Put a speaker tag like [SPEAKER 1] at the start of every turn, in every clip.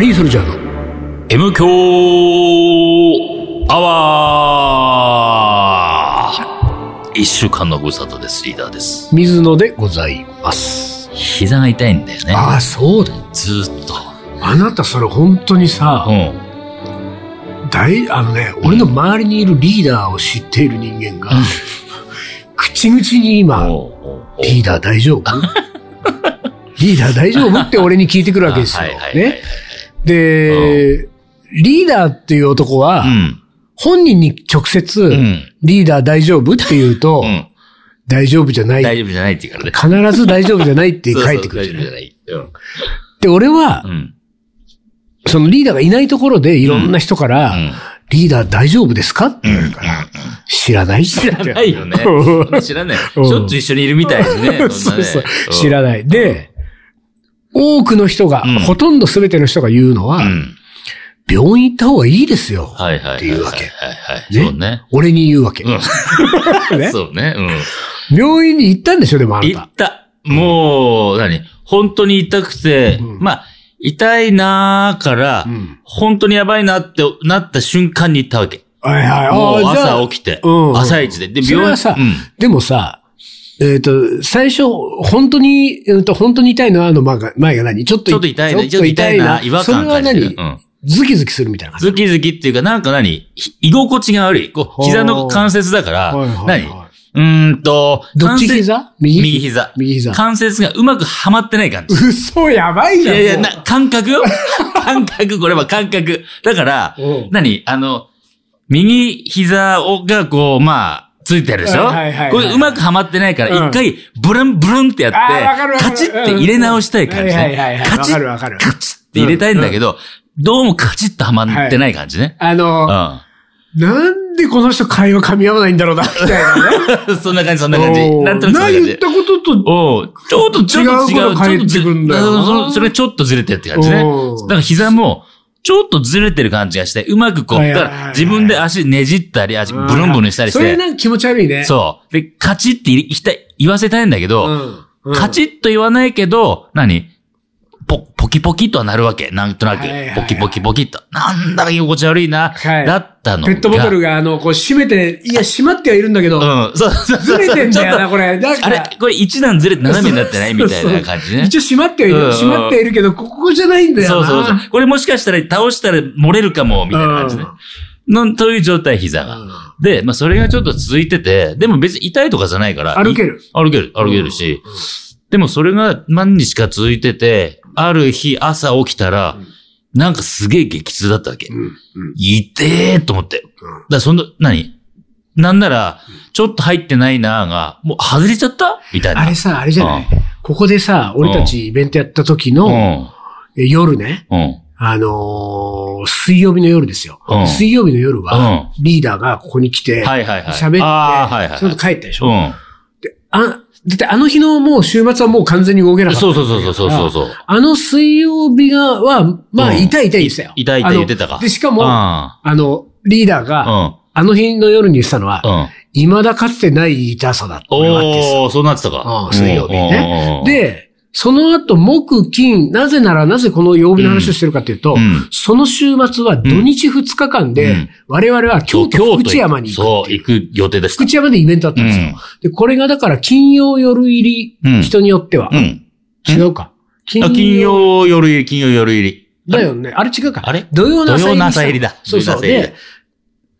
[SPEAKER 1] リーソルジャーの
[SPEAKER 2] M 強アワー一週間のご無沙汰です。リーダーです。
[SPEAKER 1] 水野でございます。
[SPEAKER 2] 膝が痛いんだよね。
[SPEAKER 1] ああ、そうだ。
[SPEAKER 2] ずーっと。
[SPEAKER 1] あなたそれ本当にさ、
[SPEAKER 2] うん。
[SPEAKER 1] 大、あのね、俺の周りにいるリーダーを知っている人間が、
[SPEAKER 2] うん
[SPEAKER 1] 口々に今、
[SPEAKER 2] おうおうおう
[SPEAKER 1] リーダー大 丈夫リーダー大丈夫って俺に聞いてくるわけですよ。
[SPEAKER 2] あはいはいはいはい
[SPEAKER 1] ね。で、リーダーっていう男は、
[SPEAKER 2] うん。
[SPEAKER 1] 本人に直接、
[SPEAKER 2] うん。
[SPEAKER 1] リーダー大丈夫って言うと、
[SPEAKER 2] うん。
[SPEAKER 1] 大丈夫じゃない。
[SPEAKER 2] 大丈夫じゃないって言うからね。
[SPEAKER 1] 必ず大丈夫じゃないって
[SPEAKER 2] そうそう
[SPEAKER 1] 書いてくるじゃない。
[SPEAKER 2] 大丈夫
[SPEAKER 1] で、俺は
[SPEAKER 2] じゃない。う、ん。
[SPEAKER 1] そのリーダーがいないところでいろんな人から、
[SPEAKER 2] うん。
[SPEAKER 1] リーダー大丈夫ですかって言われるから、知らない知ら。
[SPEAKER 2] 知らないよね知らない。し
[SPEAKER 1] うん
[SPEAKER 2] ょっちゅう一緒にいるみたいにね。そんなね
[SPEAKER 1] そうそう。 知ら
[SPEAKER 2] い。
[SPEAKER 1] ない。で、 多くの人が、
[SPEAKER 2] うん
[SPEAKER 1] ほとんど全ての人が言うのは、
[SPEAKER 2] うん。
[SPEAKER 1] 病院行った方がいいですよ。
[SPEAKER 2] はいはいはい。
[SPEAKER 1] っていうわけ
[SPEAKER 2] はいはい。
[SPEAKER 1] ね
[SPEAKER 2] そうね。
[SPEAKER 1] 俺に言うわけ。
[SPEAKER 2] うん。
[SPEAKER 1] ね
[SPEAKER 2] そうね。うん。
[SPEAKER 1] 病院に行ったんでしょ、でもあな
[SPEAKER 2] 行
[SPEAKER 1] た
[SPEAKER 2] っ。た。もう、何本当に痛くて、
[SPEAKER 1] うん
[SPEAKER 2] まあ、痛いなーから、
[SPEAKER 1] うん
[SPEAKER 2] 本当にやばいなってなった瞬間に行ったわけ。
[SPEAKER 1] はいはい。
[SPEAKER 2] もう
[SPEAKER 1] ああじゃあ
[SPEAKER 2] 朝起きて、
[SPEAKER 1] うん
[SPEAKER 2] 朝一で。で、
[SPEAKER 1] それはさ、
[SPEAKER 2] うん
[SPEAKER 1] でもさ、えっ、と、最初、本当に、うんと、本当に痛いな、の前が、前が何ちょっと、
[SPEAKER 2] ちょっと痛いな、ち
[SPEAKER 1] ち
[SPEAKER 2] ょ
[SPEAKER 1] ょ
[SPEAKER 2] っ
[SPEAKER 1] っと
[SPEAKER 2] と痛
[SPEAKER 1] 痛
[SPEAKER 2] い
[SPEAKER 1] い
[SPEAKER 2] な、
[SPEAKER 1] な。
[SPEAKER 2] 違和
[SPEAKER 1] それ
[SPEAKER 2] 感
[SPEAKER 1] は
[SPEAKER 2] 感じる。
[SPEAKER 1] 何
[SPEAKER 2] うん。
[SPEAKER 1] ズキズキするみたいな感じ。
[SPEAKER 2] ズキズキっていうか、なんか何ひ居心地が悪い。こう、
[SPEAKER 1] ほう
[SPEAKER 2] 膝の関節だから、
[SPEAKER 1] はいはいはい
[SPEAKER 2] 何うーんと、
[SPEAKER 1] どっち
[SPEAKER 2] 関節
[SPEAKER 1] 膝右
[SPEAKER 2] 右膝。
[SPEAKER 1] 右膝。
[SPEAKER 2] 関節がうまくはまってない感じ。
[SPEAKER 1] 嘘、やばい
[SPEAKER 2] い
[SPEAKER 1] じゃん。
[SPEAKER 2] やいや、
[SPEAKER 1] もう
[SPEAKER 2] な、感 覚よ感覚、これは感覚。だから
[SPEAKER 1] うん、
[SPEAKER 2] 何あの、右膝をがこう、まあ、ついてるでしょ
[SPEAKER 1] はいはいはいはい
[SPEAKER 2] これうまくはまってないか
[SPEAKER 1] う
[SPEAKER 2] ら、
[SPEAKER 1] ん
[SPEAKER 2] 一回、ブルンブルンってや
[SPEAKER 1] あーわかる
[SPEAKER 2] っ
[SPEAKER 1] わ
[SPEAKER 2] て、
[SPEAKER 1] かる
[SPEAKER 2] カチって入れ直したい感じ
[SPEAKER 1] はいはい
[SPEAKER 2] ね。
[SPEAKER 1] はいはい。
[SPEAKER 2] カ
[SPEAKER 1] わ
[SPEAKER 2] チ
[SPEAKER 1] かる
[SPEAKER 2] ッ、
[SPEAKER 1] わかる。
[SPEAKER 2] カチって入れたいんだけど、どうもカチッとはまってない感じね。
[SPEAKER 1] あの、なんでこの人会話噛み合わないんだろうな、みたいなね。
[SPEAKER 2] うん。 そんな感じ、そんな感じ。
[SPEAKER 1] おー
[SPEAKER 2] なんとなくそんな
[SPEAKER 1] な
[SPEAKER 2] 感
[SPEAKER 1] 言っ
[SPEAKER 2] じ。
[SPEAKER 1] たことと、
[SPEAKER 2] おうちょっと、ちょっと違う。
[SPEAKER 1] 違うこと返ってくんだよな
[SPEAKER 2] ちょっとずそそれちょっとずれてるって感じね。
[SPEAKER 1] おう
[SPEAKER 2] だから膝も、ちょっとずれてる感じがして、うまくこう、
[SPEAKER 1] はい
[SPEAKER 2] だ
[SPEAKER 1] はい
[SPEAKER 2] か
[SPEAKER 1] はい
[SPEAKER 2] ら自分で足ねじったり、足ブルンブルンしたりし
[SPEAKER 1] それ
[SPEAKER 2] て、
[SPEAKER 1] なんか気持ち悪いね。
[SPEAKER 2] そう。で、カチって言いたい言わせたいんだけ
[SPEAKER 1] う
[SPEAKER 2] ど、
[SPEAKER 1] ん。うん。
[SPEAKER 2] カチッと言わないけど、何ポ、ポキポキとはなるわけ。なんとなく
[SPEAKER 1] はいはいは。い
[SPEAKER 2] ポキポキポキっと。なんだか居心地悪いな。
[SPEAKER 1] はい
[SPEAKER 2] だったのが。
[SPEAKER 1] ペットボトルが、あの、こう、閉めて、いや、閉まってはいるんだけど、
[SPEAKER 2] うん、そうそうそうそ
[SPEAKER 1] ず
[SPEAKER 2] う。
[SPEAKER 1] れてんだ
[SPEAKER 2] ちょ
[SPEAKER 1] よ
[SPEAKER 2] っと
[SPEAKER 1] な、これ。だか
[SPEAKER 2] あ
[SPEAKER 1] ら、
[SPEAKER 2] れこれ一段ずれて斜めになってないみたいな感じね。
[SPEAKER 1] 一応閉まってはいる。
[SPEAKER 2] うんうん
[SPEAKER 1] 閉まってはいるけど、ここじゃないんだよ
[SPEAKER 2] そう
[SPEAKER 1] な。
[SPEAKER 2] そうそう。これもしかしたら倒したら漏れるかも、みたいな感じね。の、という状態、膝が。
[SPEAKER 1] う
[SPEAKER 2] で、まあ、それがちょっと続いてて、でも別に痛いとかじゃないから。
[SPEAKER 1] 歩ける
[SPEAKER 2] い。歩ける、歩けるし。でもそれが何日か続いてて、ある日朝起きたら、なんかすげえ激痛だったわけ。
[SPEAKER 1] ん。うん。うん。
[SPEAKER 2] 痛えと思って。だか
[SPEAKER 1] うん
[SPEAKER 2] らその、何なんなら、ちょっと入ってないなーが、もう外れちゃったみたいな。
[SPEAKER 1] あれさ、あれじゃない、
[SPEAKER 2] う
[SPEAKER 1] ここでさ、俺たちイベントやった時
[SPEAKER 2] う
[SPEAKER 1] の、
[SPEAKER 2] ん。
[SPEAKER 1] え夜ね、
[SPEAKER 2] うん。
[SPEAKER 1] あのー水曜日の夜ですよ。
[SPEAKER 2] うん
[SPEAKER 1] 水曜日の夜は、
[SPEAKER 2] う
[SPEAKER 1] リーダーがここに来て、
[SPEAKER 2] はいはいはい。
[SPEAKER 1] 喋って、
[SPEAKER 2] あーはいはい
[SPEAKER 1] その
[SPEAKER 2] は
[SPEAKER 1] 後帰ったでしょ、
[SPEAKER 2] い。うん。
[SPEAKER 1] あ、だってあの日のもう週末はもう完全に動けなかった。
[SPEAKER 2] そうそうそうそうそうそう。
[SPEAKER 1] あの水曜日が、は、まあ、
[SPEAKER 2] うん
[SPEAKER 1] 痛い痛いでしたよ。
[SPEAKER 2] 痛い痛
[SPEAKER 1] あ
[SPEAKER 2] い
[SPEAKER 1] の
[SPEAKER 2] 言ってたか
[SPEAKER 1] で、しかも、あ
[SPEAKER 2] あ
[SPEAKER 1] の、リーダーが、
[SPEAKER 2] あ。
[SPEAKER 1] あの日の夜に言ってたのは
[SPEAKER 2] う、ん。うん。
[SPEAKER 1] 未だかつてない痛さだって俺は言って
[SPEAKER 2] おー、そうなってた
[SPEAKER 1] う
[SPEAKER 2] か。
[SPEAKER 1] ん水曜日
[SPEAKER 2] ね
[SPEAKER 1] た。、で、その後、木、金、なぜならなぜこの曜日の話をしてるかというと、
[SPEAKER 2] うん
[SPEAKER 1] その週末は土日2日間で、
[SPEAKER 2] うん
[SPEAKER 1] 我々は京都福知山に行く。
[SPEAKER 2] そう、行く予定でした
[SPEAKER 1] 福。知山でイベントあったんですよ。で、これがだから金曜夜入
[SPEAKER 2] う
[SPEAKER 1] り、
[SPEAKER 2] ん
[SPEAKER 1] 人によっては。
[SPEAKER 2] うん。
[SPEAKER 1] 違うか。金
[SPEAKER 2] あ金曜夜入り、金曜夜入り。
[SPEAKER 1] だよね。あれ違うか。
[SPEAKER 2] あれ
[SPEAKER 1] 土曜の朝入り
[SPEAKER 2] 土曜
[SPEAKER 1] した
[SPEAKER 2] の朝入りだ
[SPEAKER 1] そう
[SPEAKER 2] 土曜
[SPEAKER 1] そ
[SPEAKER 2] の
[SPEAKER 1] う。
[SPEAKER 2] 朝入りだ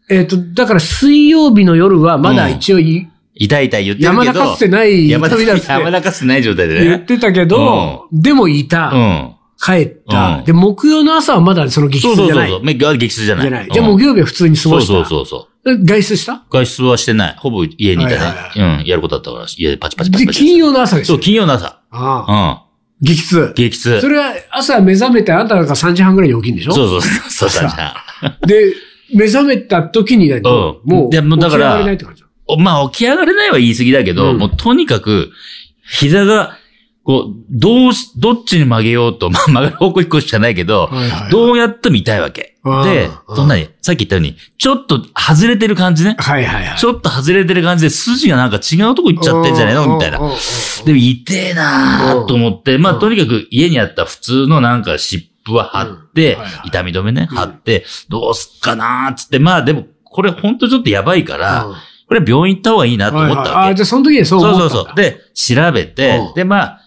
[SPEAKER 1] で、えっ、と、だから水曜日の夜はまだ一応い、
[SPEAKER 2] 痛い痛い言ってるけど。
[SPEAKER 1] 山中ってない痛
[SPEAKER 2] 山
[SPEAKER 1] みだ
[SPEAKER 2] 中
[SPEAKER 1] っ
[SPEAKER 2] 山
[SPEAKER 1] て
[SPEAKER 2] 中ってない状態で
[SPEAKER 1] 言っ
[SPEAKER 2] ね。
[SPEAKER 1] てたけど、でもいうた、
[SPEAKER 2] ん。
[SPEAKER 1] 帰った、
[SPEAKER 2] うん
[SPEAKER 1] で、木曜の朝はまだその激
[SPEAKER 2] そう
[SPEAKER 1] 痛
[SPEAKER 2] そう
[SPEAKER 1] じゃ
[SPEAKER 2] そ
[SPEAKER 1] な
[SPEAKER 2] う
[SPEAKER 1] い。
[SPEAKER 2] そう。め激痛じゃな
[SPEAKER 1] じ
[SPEAKER 2] い。
[SPEAKER 1] ゃない。
[SPEAKER 2] うん
[SPEAKER 1] じゃあ木曜日は普通に過
[SPEAKER 2] そ
[SPEAKER 1] ご
[SPEAKER 2] う
[SPEAKER 1] した。
[SPEAKER 2] そうそうそう。
[SPEAKER 1] え外出した
[SPEAKER 2] 外出はしてない。ほぼ家にい
[SPEAKER 1] は
[SPEAKER 2] た
[SPEAKER 1] いはい
[SPEAKER 2] ね。うん。やることだったから、家でパチパチパ
[SPEAKER 1] で、
[SPEAKER 2] チパチ。
[SPEAKER 1] 金曜の朝でし
[SPEAKER 2] そう、
[SPEAKER 1] ょ
[SPEAKER 2] 金曜の朝。
[SPEAKER 1] あ
[SPEAKER 2] う
[SPEAKER 1] あ
[SPEAKER 2] ん。
[SPEAKER 1] 激痛。
[SPEAKER 2] 激痛。
[SPEAKER 1] それは朝目覚めてあんたなんか3時半ぐらいに起きるんでしょ
[SPEAKER 2] そうそうそう。そうだな。
[SPEAKER 1] で、目覚めた時にだと、
[SPEAKER 2] うん
[SPEAKER 1] もう、
[SPEAKER 2] いやもうだか
[SPEAKER 1] 起き上
[SPEAKER 2] ら
[SPEAKER 1] がれないって感じだ
[SPEAKER 2] お まあ、起き上がれないは言い過ぎだけど、
[SPEAKER 1] うん
[SPEAKER 2] もうとにかく、膝が、こう、どうし、どっちに曲げようと、まあ、曲がる方向一個しかないけど、
[SPEAKER 1] はいはいはい
[SPEAKER 2] どうやっても痛いわけ。
[SPEAKER 1] うん
[SPEAKER 2] で
[SPEAKER 1] う、ん
[SPEAKER 2] そんなに、さっき言ったように、ちょっと外れてる感じね。
[SPEAKER 1] はいはいはい。
[SPEAKER 2] ちょっと外れてる感じで、筋がなんか違うとこ行っちゃってんじゃないのみたいな
[SPEAKER 1] うん。うんうんうん
[SPEAKER 2] でも、痛えなーと思って、まあ、とにかく家にあった普通のなんか湿プは貼って、
[SPEAKER 1] うんはいはい
[SPEAKER 2] 痛み止めね、
[SPEAKER 1] うん
[SPEAKER 2] 貼って、どうすっかなーっつって、まあでも、これほんとちょっとやばいから、これは病院行った方がいいなと思ったわけ。
[SPEAKER 1] ああ、じゃあその時にそう
[SPEAKER 2] そ
[SPEAKER 1] 思
[SPEAKER 2] う
[SPEAKER 1] った
[SPEAKER 2] そ
[SPEAKER 1] ん
[SPEAKER 2] う
[SPEAKER 1] だ。
[SPEAKER 2] そう。で、調べて、
[SPEAKER 1] うん
[SPEAKER 2] で、まあ、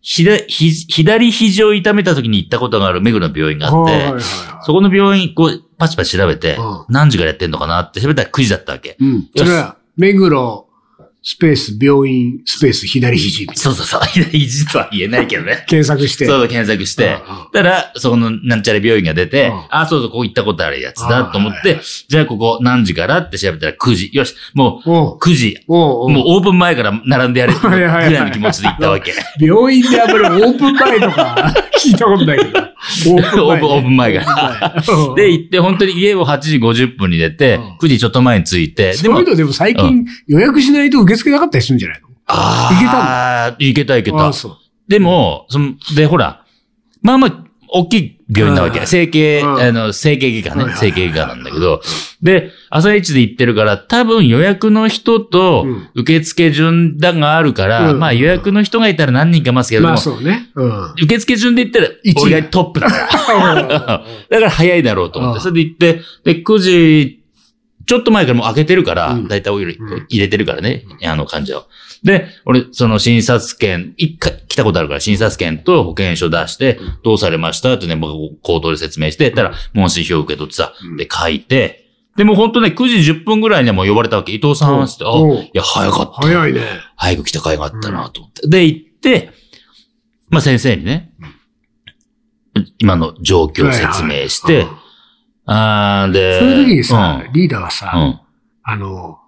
[SPEAKER 2] ひだひ左肘を痛めた時に行ったことがある目黒の病院があって、
[SPEAKER 1] はいはいはい
[SPEAKER 2] そこの病院、こう、パチパチ調べて、
[SPEAKER 1] うん
[SPEAKER 2] 何時からやってんのかなって調べたら9時だったわけ。
[SPEAKER 1] うん。それは、目黒、スペース、病院、スペース、左肘みたい
[SPEAKER 2] そうそうそう。左肘とは言えないけどね
[SPEAKER 1] な。。検索して。
[SPEAKER 2] そうそう、検索して
[SPEAKER 1] うんうん。
[SPEAKER 2] たら、そこのなんちゃら病院が出て
[SPEAKER 1] うん、
[SPEAKER 2] あ、そうそう、ここ行ったことあるやつだと思っ
[SPEAKER 1] あーはい
[SPEAKER 2] て
[SPEAKER 1] は、
[SPEAKER 2] じゃあここ何時からって調べたら9時。よし、も
[SPEAKER 1] お
[SPEAKER 2] う
[SPEAKER 1] う
[SPEAKER 2] 9時。
[SPEAKER 1] おうおう
[SPEAKER 2] もうオープン前から並んでやれるぐ
[SPEAKER 1] はいはいはい
[SPEAKER 2] らいの気持ちで行ったわけ。
[SPEAKER 1] 病院であんまりオープン前とか聞いたことないけど。オープン
[SPEAKER 2] オ
[SPEAKER 1] 前、
[SPEAKER 2] ープン、オープン前から。
[SPEAKER 1] ープン前。
[SPEAKER 2] で、
[SPEAKER 1] で、
[SPEAKER 2] 行って、本当に家を8時50分に出て
[SPEAKER 1] うん、
[SPEAKER 2] 9時ちょっと前に着いて、で
[SPEAKER 1] そう
[SPEAKER 2] も
[SPEAKER 1] いう、のでも最
[SPEAKER 2] う
[SPEAKER 1] 近予約しないと受け付けなかったりするんじゃないの
[SPEAKER 2] ああ、行けた行け
[SPEAKER 1] あ
[SPEAKER 2] た
[SPEAKER 1] あ、。そう。
[SPEAKER 2] でも、その、で、ほら、まあまあ、大きい病院なわ
[SPEAKER 1] はいは
[SPEAKER 2] け。
[SPEAKER 1] い
[SPEAKER 2] 整形、
[SPEAKER 1] うん
[SPEAKER 2] あの、整形外科
[SPEAKER 1] はい
[SPEAKER 2] ね。
[SPEAKER 1] はい
[SPEAKER 2] 整形外科なんだけど。で、朝一で行ってるから、多分予約の人と
[SPEAKER 1] うん、
[SPEAKER 2] 受付順だがあるから、
[SPEAKER 1] うん
[SPEAKER 2] まあ予約の人がいたら何人かいますけれど
[SPEAKER 1] ま
[SPEAKER 2] も、
[SPEAKER 1] あそうね。うん。
[SPEAKER 2] 受付順で言ったら
[SPEAKER 1] 一、位
[SPEAKER 2] 俺がトップだから。だから早いだろうと思っ
[SPEAKER 1] うん
[SPEAKER 2] て、それで行って、で、9時、ちょっと前からもう開けてるから
[SPEAKER 1] うん、
[SPEAKER 2] だいたいお湯
[SPEAKER 1] うん
[SPEAKER 2] 入れてるからね、あの患者を。で、俺、その診察券、一回来たことあるから、診察券と保険証出して、どうされましたってね、僕口頭で説明して、たら、問診票受け取ってさ
[SPEAKER 1] うん、
[SPEAKER 2] で、書いて、で、もう本当ね、9時10分ぐらいにはもう呼ばれたわけ。伊藤さんっつって、あ、
[SPEAKER 1] おう
[SPEAKER 2] いや、早かった。
[SPEAKER 1] 早いね。
[SPEAKER 2] 早く来た甲斐があったなと思って。で、行って、まあ先生にね、今の状況を説明し
[SPEAKER 1] はい
[SPEAKER 2] て
[SPEAKER 1] はい、
[SPEAKER 2] あーで、
[SPEAKER 1] そういう時にさ、リーダーは
[SPEAKER 2] うん、う
[SPEAKER 1] さ、
[SPEAKER 2] ん。
[SPEAKER 1] あの、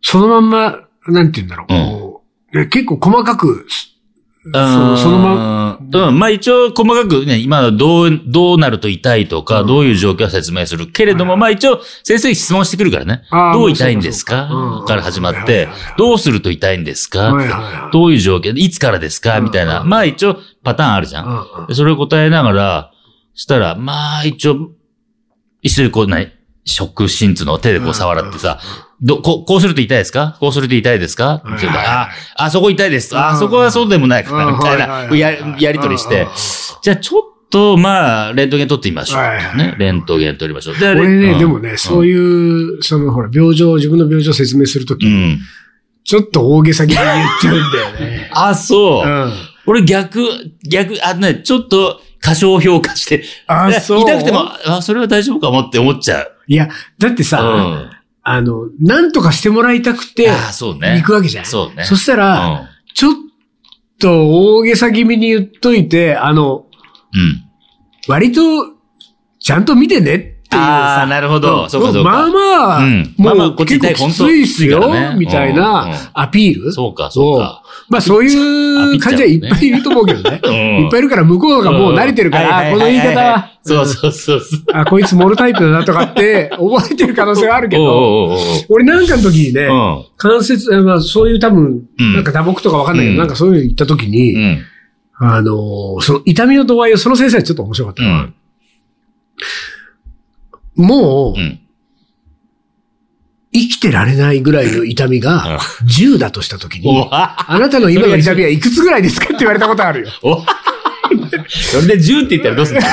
[SPEAKER 1] そのまんま、なんて言うんだろう
[SPEAKER 2] うん
[SPEAKER 1] こう。結構細かく、
[SPEAKER 2] あー
[SPEAKER 1] そその
[SPEAKER 2] うん。まあ一応細かくね、今どう、どうなると痛いとか、
[SPEAKER 1] うん
[SPEAKER 2] どういう状況は説明するけれども、
[SPEAKER 1] はい
[SPEAKER 2] まあ一応先生質問してくるからね。
[SPEAKER 1] あー
[SPEAKER 2] どう痛いんです
[SPEAKER 1] そうか
[SPEAKER 2] か
[SPEAKER 1] そうかうん
[SPEAKER 2] から始まっ
[SPEAKER 1] はい
[SPEAKER 2] て
[SPEAKER 1] はいはいはい、
[SPEAKER 2] どうすると痛いんですか
[SPEAKER 1] はいはいはい
[SPEAKER 2] どういう状況いつからですか
[SPEAKER 1] うん
[SPEAKER 2] みたいな。
[SPEAKER 1] うん
[SPEAKER 2] まあ一応パターンあるじゃん
[SPEAKER 1] う。んうん
[SPEAKER 2] でそれを答えながら、したら、まあ、一応、一緒にこう、ない、触診つうの手でこう触らってさ、ど、こう、こうすると痛いですかこうすると痛いですか
[SPEAKER 1] うん
[SPEAKER 2] って言うからあ、あそこ痛いです。あ、
[SPEAKER 1] うん
[SPEAKER 2] そこはそうでもないか
[SPEAKER 1] う
[SPEAKER 2] ら、
[SPEAKER 1] ん
[SPEAKER 2] みた
[SPEAKER 1] は
[SPEAKER 2] い
[SPEAKER 1] いはい
[SPEAKER 2] な、
[SPEAKER 1] はい
[SPEAKER 2] や、やりとりし
[SPEAKER 1] う
[SPEAKER 2] て
[SPEAKER 1] んうんうん、
[SPEAKER 2] じゃあちょっと、まあ、レントゲン取ってみましょう。
[SPEAKER 1] はいはい
[SPEAKER 2] ね。レントゲン取りましょう。で、あれ
[SPEAKER 1] 俺ね、
[SPEAKER 2] うん
[SPEAKER 1] でもね、そういう、そのほら、病状、自分の病状を説明するとき、
[SPEAKER 2] うん。。
[SPEAKER 1] ちょっと大げさに言っちゃうんだよね
[SPEAKER 2] あ、 そうう。
[SPEAKER 1] ん。
[SPEAKER 2] 俺逆、逆、あのね、ちょっと、過小評価して、
[SPEAKER 1] あ
[SPEAKER 2] で
[SPEAKER 1] そう
[SPEAKER 2] 痛くても、あ、それは大丈夫かもって思っちゃう。
[SPEAKER 1] いや、だってさ、
[SPEAKER 2] うん。
[SPEAKER 1] あの、なんとかしてもらいたくて、
[SPEAKER 2] ああ、そうね。
[SPEAKER 1] 行くわけじゃん。
[SPEAKER 2] そうね。
[SPEAKER 1] そしたら、
[SPEAKER 2] うん
[SPEAKER 1] ちょっと大げさ気味に言っといて、あの、
[SPEAKER 2] うん。
[SPEAKER 1] 割と、ちゃんと見てねっていう
[SPEAKER 2] あ
[SPEAKER 1] さ
[SPEAKER 2] あ、。なるほど。そうか、そうか。
[SPEAKER 1] まあまあ、
[SPEAKER 2] うん
[SPEAKER 1] もう、
[SPEAKER 2] まあまあこっち
[SPEAKER 1] 結構
[SPEAKER 2] 本
[SPEAKER 1] き
[SPEAKER 2] 当
[SPEAKER 1] ついっすよ、
[SPEAKER 2] きついからね
[SPEAKER 1] みたい
[SPEAKER 2] うんうん
[SPEAKER 1] なアピール、
[SPEAKER 2] そうか、そうか。
[SPEAKER 1] まあそういう患者いっぱいいると思うけどね。
[SPEAKER 2] うん
[SPEAKER 1] いっぱいいるから向こうがもう慣れてるか
[SPEAKER 2] うん
[SPEAKER 1] ら、あこの言い方は、
[SPEAKER 2] そうそうそうそう。
[SPEAKER 1] あ、こいつモルタイプだなとかって覚えてる可能性はあるけど、
[SPEAKER 2] おうおうおう
[SPEAKER 1] 俺なんかの時にね、
[SPEAKER 2] おう
[SPEAKER 1] 関節、あまあそういう多分、
[SPEAKER 2] うん
[SPEAKER 1] なんか打撲とかわかんないけど、
[SPEAKER 2] うん
[SPEAKER 1] なんかそういうの行った時に、
[SPEAKER 2] うん。うん。
[SPEAKER 1] あのーその痛みの度合いを、その先生はちょっと面白かった
[SPEAKER 2] う
[SPEAKER 1] な、
[SPEAKER 2] ん。
[SPEAKER 1] もう、
[SPEAKER 2] うん。
[SPEAKER 1] 生きてられないぐらいの痛み
[SPEAKER 2] う
[SPEAKER 1] が
[SPEAKER 2] ん
[SPEAKER 1] 10だとした時
[SPEAKER 2] お
[SPEAKER 1] に、
[SPEAKER 2] わ
[SPEAKER 1] あなたの今の痛みはいくつぐらいですかって言われたことある よ。
[SPEAKER 2] おわそれで10って言ったらど うするの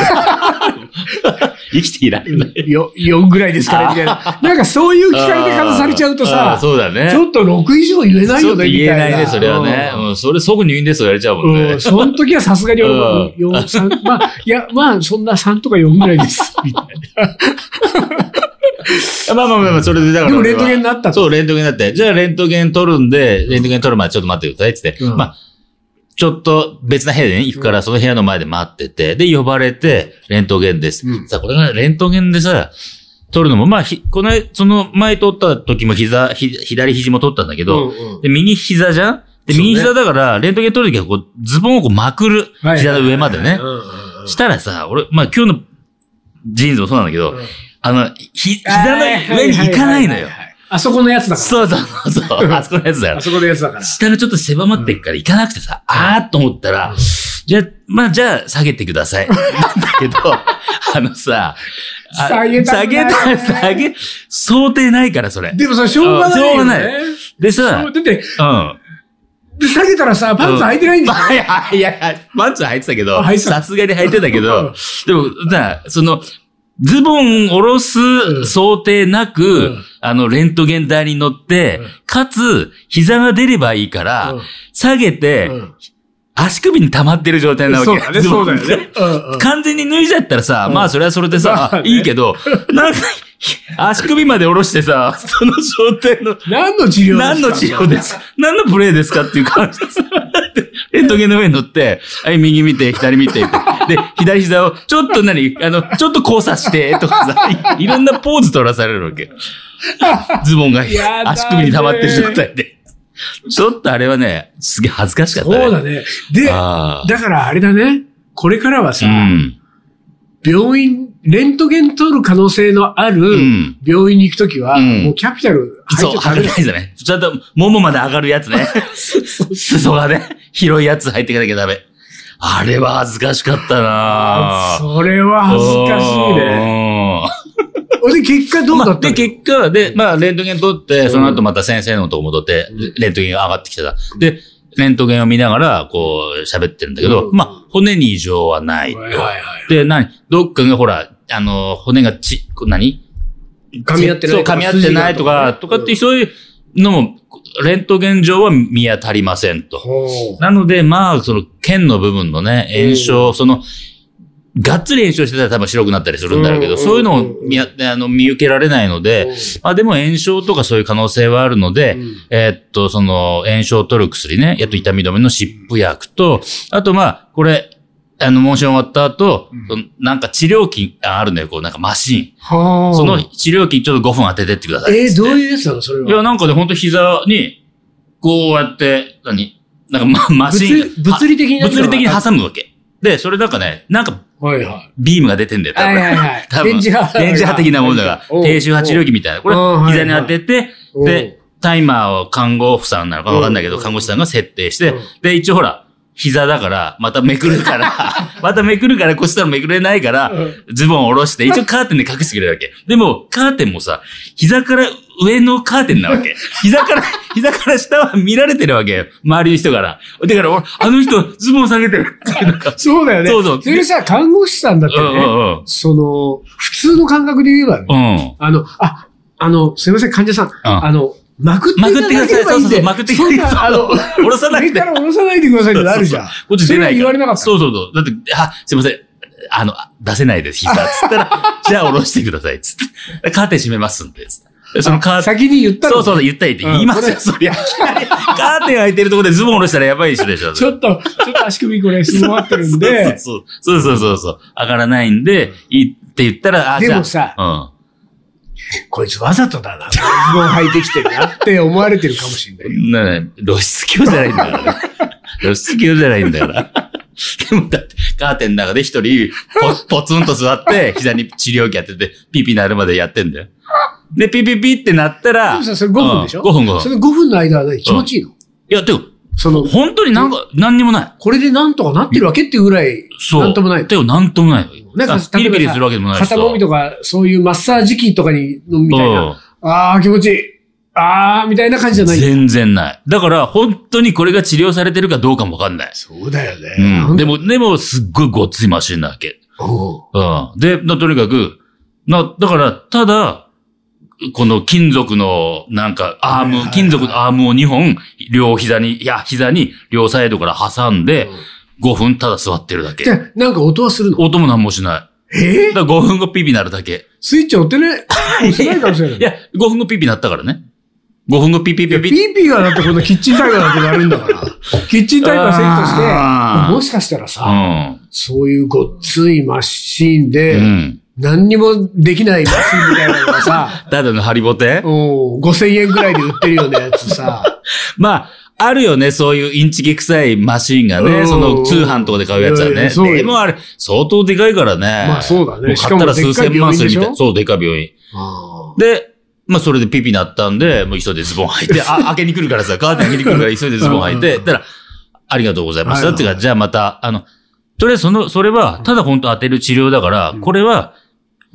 [SPEAKER 2] 生きていられない。
[SPEAKER 1] よ、4ぐらいですかねみたいな。なんかそういう聞かれて方されちゃうと
[SPEAKER 2] あー
[SPEAKER 1] さ、
[SPEAKER 2] そうだね。
[SPEAKER 1] ちょっと6以上言えない
[SPEAKER 2] ちょ
[SPEAKER 1] よ
[SPEAKER 2] っと
[SPEAKER 1] ね、
[SPEAKER 2] 言
[SPEAKER 1] み
[SPEAKER 2] え
[SPEAKER 1] たいな。
[SPEAKER 2] ないね、それはね。うん、それ即入院ですと言われちゃうも
[SPEAKER 1] うんん。
[SPEAKER 2] ね
[SPEAKER 1] うん、。その時はさすがに俺も、
[SPEAKER 2] う
[SPEAKER 1] 4、3、ま あ、いや、まあ、そんな3とか4ぐらいです。みたい
[SPEAKER 2] まあまあまあまあ、それでだか
[SPEAKER 1] なでも、
[SPEAKER 2] ら。
[SPEAKER 1] レントゲンになったと。
[SPEAKER 2] そう、レントゲンだって。じゃあ、レントゲン取るんで、レントゲン取るまでちょっと待ってくださいってって、
[SPEAKER 1] うん
[SPEAKER 2] まあ、ちょっと別な部屋でね、行くから、その部屋の前で待ってて、で、呼ばれて、レントゲンです。
[SPEAKER 1] うん
[SPEAKER 2] さあ、これがレントゲンでさ、取るのも、まあ、ひこの、その前取った時も膝、ひ左肘も取ったんだけど、
[SPEAKER 1] うんうん
[SPEAKER 2] で、右膝じゃんで、
[SPEAKER 1] そうね
[SPEAKER 2] 右膝だから、レントゲン取る時は、こう、ズボンをこうまくる。
[SPEAKER 1] はい
[SPEAKER 2] 膝の上までね
[SPEAKER 1] うんうんうん
[SPEAKER 2] したらさ、俺、まあ、今日のジーンズもそうなんだけど、
[SPEAKER 1] うん
[SPEAKER 2] あの、ひ、膝の上に行かないのよ
[SPEAKER 1] は。ははは。あそこのやつだから。
[SPEAKER 2] そうそうそう、あそこのやつだよ
[SPEAKER 1] あ。そこのやつだから。
[SPEAKER 2] 下のちょっと狭まってっから行かなくてさ、あーっと思ったら、じゃあ、まあじゃあ下げてく ださい。だけど、あのさ、あ
[SPEAKER 1] 下げたくない
[SPEAKER 2] 下げた、下げ、想定ないからそれ。
[SPEAKER 1] でもさ、しょうがないよね。
[SPEAKER 2] うんしょうがなでさ、
[SPEAKER 1] そうだって、
[SPEAKER 2] うん。
[SPEAKER 1] で、下げたらさ、パンツ履いてないんだよ。
[SPEAKER 2] いやいやいや、パンツは履いてたけど
[SPEAKER 1] あ履い、てた
[SPEAKER 2] さすがに履いてたけ
[SPEAKER 1] うん
[SPEAKER 2] ど、でも、な、その、ズボン下ろ
[SPEAKER 1] ん
[SPEAKER 2] す想定なく、
[SPEAKER 1] うん
[SPEAKER 2] あの、レントゲン台に乗って、
[SPEAKER 1] うん
[SPEAKER 2] かつ、膝が出ればいいから、
[SPEAKER 1] うん
[SPEAKER 2] 下げて、
[SPEAKER 1] うん
[SPEAKER 2] 足首に溜まってる状態なわけ。
[SPEAKER 1] そうだね、
[SPEAKER 2] ズボ
[SPEAKER 1] そ
[SPEAKER 2] ン
[SPEAKER 1] うだよね。うんうん
[SPEAKER 2] 完全に脱いじゃったらさ、まあそれはそれでさ、
[SPEAKER 1] まあね
[SPEAKER 2] いいけど、なんか、足首まで下ろしてさ、その状態の、
[SPEAKER 1] 何の治療
[SPEAKER 2] 何の治療です何のプレイですかっていう感じです。 レントゲンの上に乗って、はい、右見て、左見て、で、左膝を、ちょっと何、あの、ちょっと交差して、とかさ、いいろんなポーズ取らされるわけ。ズボンが
[SPEAKER 1] やだね
[SPEAKER 2] 足首に溜まってる状態で。ちょっとあれはね、すげえ恥ずかしかったね。
[SPEAKER 1] そうだね。で、だ
[SPEAKER 2] ああ。
[SPEAKER 1] からあれだね。これからはさ、
[SPEAKER 2] うん。
[SPEAKER 1] 病院、レントゲン取る可能性のある
[SPEAKER 2] ん
[SPEAKER 1] 病院に行くときは、
[SPEAKER 2] うん
[SPEAKER 1] もうキャピタル入っ
[SPEAKER 2] そう、
[SPEAKER 1] ちゃ
[SPEAKER 2] 履
[SPEAKER 1] ダ
[SPEAKER 2] か
[SPEAKER 1] メ
[SPEAKER 2] ない
[SPEAKER 1] だ。
[SPEAKER 2] とダメ。ちゃんと、ももまで上がるやつね。裾がね、広いやつ入っていかなきゃダメ。あれは恥ずかしかったなぁ
[SPEAKER 1] それは恥ずかしいね。
[SPEAKER 2] ね。
[SPEAKER 1] ほん で、結果どうだ
[SPEAKER 2] ま
[SPEAKER 1] っ
[SPEAKER 2] あ
[SPEAKER 1] た
[SPEAKER 2] で、
[SPEAKER 1] の
[SPEAKER 2] 結果、で、まあ、レントゲン取って、
[SPEAKER 1] ん
[SPEAKER 2] その後また先生のとこ戻って、レントゲンが上がってきてた。で、レントゲンを見ながら、こう、喋ってるんだけど、
[SPEAKER 1] うん
[SPEAKER 2] まあ、骨に異常はないと。
[SPEAKER 1] はいはいは
[SPEAKER 2] で、何どっかがほら、あの、骨がち、こう何
[SPEAKER 1] い。噛み合ってない
[SPEAKER 2] そう、
[SPEAKER 1] とか。
[SPEAKER 2] 噛み合ってないとか、とかって、そういうのも、レントゲン上は見当たりませんと。
[SPEAKER 1] ほう
[SPEAKER 2] なので、まあ、その、剣の部分のね、炎症、その、がっつり炎症してたら多分白くなったりするんだろうけど、
[SPEAKER 1] うん
[SPEAKER 2] そういうのを見やあの見受けられないので、まあでも炎症とかそういう可能性はあるので、
[SPEAKER 1] うん
[SPEAKER 2] えーっと、その、炎症を取る薬ね、やっと痛み止めの湿布薬と、あとまあ、これ、あの、問診終わった後、そのなんか治療器ああるんだよ、こう、なんかマシン。
[SPEAKER 1] はあ。
[SPEAKER 2] その治療器ちょっと5分当ててってください。
[SPEAKER 1] えーどういうやつなのそれ
[SPEAKER 2] いや、
[SPEAKER 1] は。
[SPEAKER 2] なんかね、ほんと膝に、こうやって、何なんか、ま、マシン。
[SPEAKER 1] 物物理的に
[SPEAKER 2] は 物理的に挟むわけ。で、それなんかね、なんか、
[SPEAKER 1] はいはい。
[SPEAKER 2] ビームが出てんだよ、多
[SPEAKER 1] はいはい
[SPEAKER 2] 分。
[SPEAKER 1] はい。
[SPEAKER 2] 多分
[SPEAKER 1] 電磁波。
[SPEAKER 2] 電磁波的なも のが、低周波治療器みたいな。これ
[SPEAKER 1] うんはい、
[SPEAKER 2] 膝に当てて、
[SPEAKER 1] うん
[SPEAKER 2] で、タイマーを看護婦さんなのかわかんないけど、
[SPEAKER 1] うん
[SPEAKER 2] 看護師さんが設定して
[SPEAKER 1] うん、
[SPEAKER 2] で、一応ほら、膝だから、まためくる から、まためくるから、こうしたらめくれないから
[SPEAKER 1] うん、
[SPEAKER 2] ズボンを下ろして、一応カーテンで隠してくれるわけ。でも、カーテンもさ、膝から上のカーテンなわけ。膝から、 膝から下は見られてるわけよ。周りの人から。だから、俺あの人、ズボン下げ てるっていうのが。
[SPEAKER 1] そうだよね。
[SPEAKER 2] そうそう
[SPEAKER 1] それさ、看護師さんだって
[SPEAKER 2] うんう
[SPEAKER 1] ね、
[SPEAKER 2] ん
[SPEAKER 1] その、普通の感覚で言えばね、
[SPEAKER 2] うん。うん。
[SPEAKER 1] あの、あ、あの、すいません、患者さん。あの、まくって
[SPEAKER 2] ま
[SPEAKER 1] い
[SPEAKER 2] くっ
[SPEAKER 1] た
[SPEAKER 2] てくだ
[SPEAKER 1] だけれ
[SPEAKER 2] さい。
[SPEAKER 1] ばい
[SPEAKER 2] そ
[SPEAKER 1] ういん
[SPEAKER 2] そうそ
[SPEAKER 1] で。
[SPEAKER 2] う。まくってくだ
[SPEAKER 1] そん
[SPEAKER 2] さ
[SPEAKER 1] あ
[SPEAKER 2] い。
[SPEAKER 1] の、
[SPEAKER 2] 下ろさな
[SPEAKER 1] 上
[SPEAKER 2] くて
[SPEAKER 1] か。ら下ろさないでくださいってなるじゃん。
[SPEAKER 2] こっち出ない
[SPEAKER 1] それは言われなかった
[SPEAKER 2] そうそうそう。だって、あ、すいません。あの、あ出せないです、膝。つったら、 じゃあ下ろしてください。つって。カーテン閉めますんで。つってでそのカーテン。
[SPEAKER 1] 先に言った
[SPEAKER 2] そう
[SPEAKER 1] の。
[SPEAKER 2] そうそう、言ったらいいって
[SPEAKER 1] うん
[SPEAKER 2] 言います
[SPEAKER 1] こ
[SPEAKER 2] よ、そりゃ。カーテン開いてるところでズボン下ろしたらやばい人でしょ。
[SPEAKER 1] ちょっと、ちょっと足首これ、すもってるんで。
[SPEAKER 2] そうそうそうそうそうそう。上がらないんで、いいって言ったら、あ、
[SPEAKER 1] でも
[SPEAKER 2] じゃあ
[SPEAKER 1] こいつわざとだな。ズボン履いてきてるなって思われてるかもしれないよ。
[SPEAKER 2] うん。なね、露出狂じゃないんだからね。露出狂じゃないんだから。でもだって、カーテンの中で一人ポ、ポツンと座って、膝に治療器やってて、ピーピーなるまでやってんだよ。で、ピーピーピーってなった
[SPEAKER 1] で
[SPEAKER 2] ら、
[SPEAKER 1] もさ、それ5分でしょ
[SPEAKER 2] うん、5分5
[SPEAKER 1] そ
[SPEAKER 2] 分。
[SPEAKER 1] の5分の間は何気持ちいいの
[SPEAKER 2] いや、でも、
[SPEAKER 1] その、
[SPEAKER 2] 本当になんか、何にもない。
[SPEAKER 1] これでなんとかなってるわけっていうぐらい、
[SPEAKER 2] そう。
[SPEAKER 1] なんともない。
[SPEAKER 2] でも、なんともない。
[SPEAKER 1] なんか
[SPEAKER 2] あピリピ
[SPEAKER 1] 例え
[SPEAKER 2] リ
[SPEAKER 1] ばさ
[SPEAKER 2] するわけでもないし
[SPEAKER 1] 肩もみとか、そういうマッサージ機とかに、みたい
[SPEAKER 2] うん
[SPEAKER 1] な。あー気持ちいい。あーみたいな感じじゃない。
[SPEAKER 2] 全然ない。だから、本当にこれが治療されてるかどうかもわかんない。
[SPEAKER 1] そうだよ
[SPEAKER 2] う
[SPEAKER 1] なん
[SPEAKER 2] ん。
[SPEAKER 1] で
[SPEAKER 2] でも、でも、すっごいごっついマシンなわけ。
[SPEAKER 1] おう
[SPEAKER 2] うん。で、なとにかく、な、だから、ただ、この金属の、なんか、
[SPEAKER 1] はい
[SPEAKER 2] アー
[SPEAKER 1] はいは
[SPEAKER 2] ム、
[SPEAKER 1] い
[SPEAKER 2] 金属のアームを2本、両膝に、いや、膝に、両サイドから挟んで、5分ただ座ってるだ
[SPEAKER 1] じゃ
[SPEAKER 2] け。
[SPEAKER 1] あなんか音はするの
[SPEAKER 2] 音もなんもしない。
[SPEAKER 1] え
[SPEAKER 2] だから5分後ピピなるだけ。
[SPEAKER 1] スイッチ押ってね、押してないかもしれない。
[SPEAKER 2] いや、5分後ピピなったからね。5分後ピピ
[SPEAKER 1] いや
[SPEAKER 2] ピ
[SPEAKER 1] ピ
[SPEAKER 2] ピ。
[SPEAKER 1] ーピーがだってこのキッチンタイマーだってなるんだ から。キッチンタイマーセットし
[SPEAKER 2] あ
[SPEAKER 1] て、
[SPEAKER 2] ー
[SPEAKER 1] もしかしたら
[SPEAKER 2] う
[SPEAKER 1] さ、
[SPEAKER 2] ん。
[SPEAKER 1] そういうごっついマシーン
[SPEAKER 2] う
[SPEAKER 1] で、
[SPEAKER 2] ん。
[SPEAKER 1] 何にもできないマシーンみたいなのが さ、
[SPEAKER 2] ただのハリボテ
[SPEAKER 1] おう5000円ぐらいで売ってるようなやつ さ。
[SPEAKER 2] まあ、あるよね、そういうインチキ臭いマシンが
[SPEAKER 1] う
[SPEAKER 2] ね、
[SPEAKER 1] ん
[SPEAKER 2] その通販とかで買うやつはい
[SPEAKER 1] やいや
[SPEAKER 2] ね。
[SPEAKER 1] そうよ
[SPEAKER 2] でもあれ、相当でかいからね。
[SPEAKER 1] まあそうだね
[SPEAKER 2] も買ったら数千万するみたい
[SPEAKER 1] しかもでっかい病院でしょ
[SPEAKER 2] な。そう、でかい病院。
[SPEAKER 1] あ
[SPEAKER 2] で、まあそれでピピなったんで、もう急いでズボン履い て、あ、開けに来るからさ、カーテン開けに来るから急いでズボン履いて、
[SPEAKER 1] うん
[SPEAKER 2] たら、ありがとうございまし
[SPEAKER 1] は
[SPEAKER 2] た。
[SPEAKER 1] い
[SPEAKER 2] っていうか、じゃあまた、あの、とりあえずその、それは、ただ本当当てる治療だから、これは、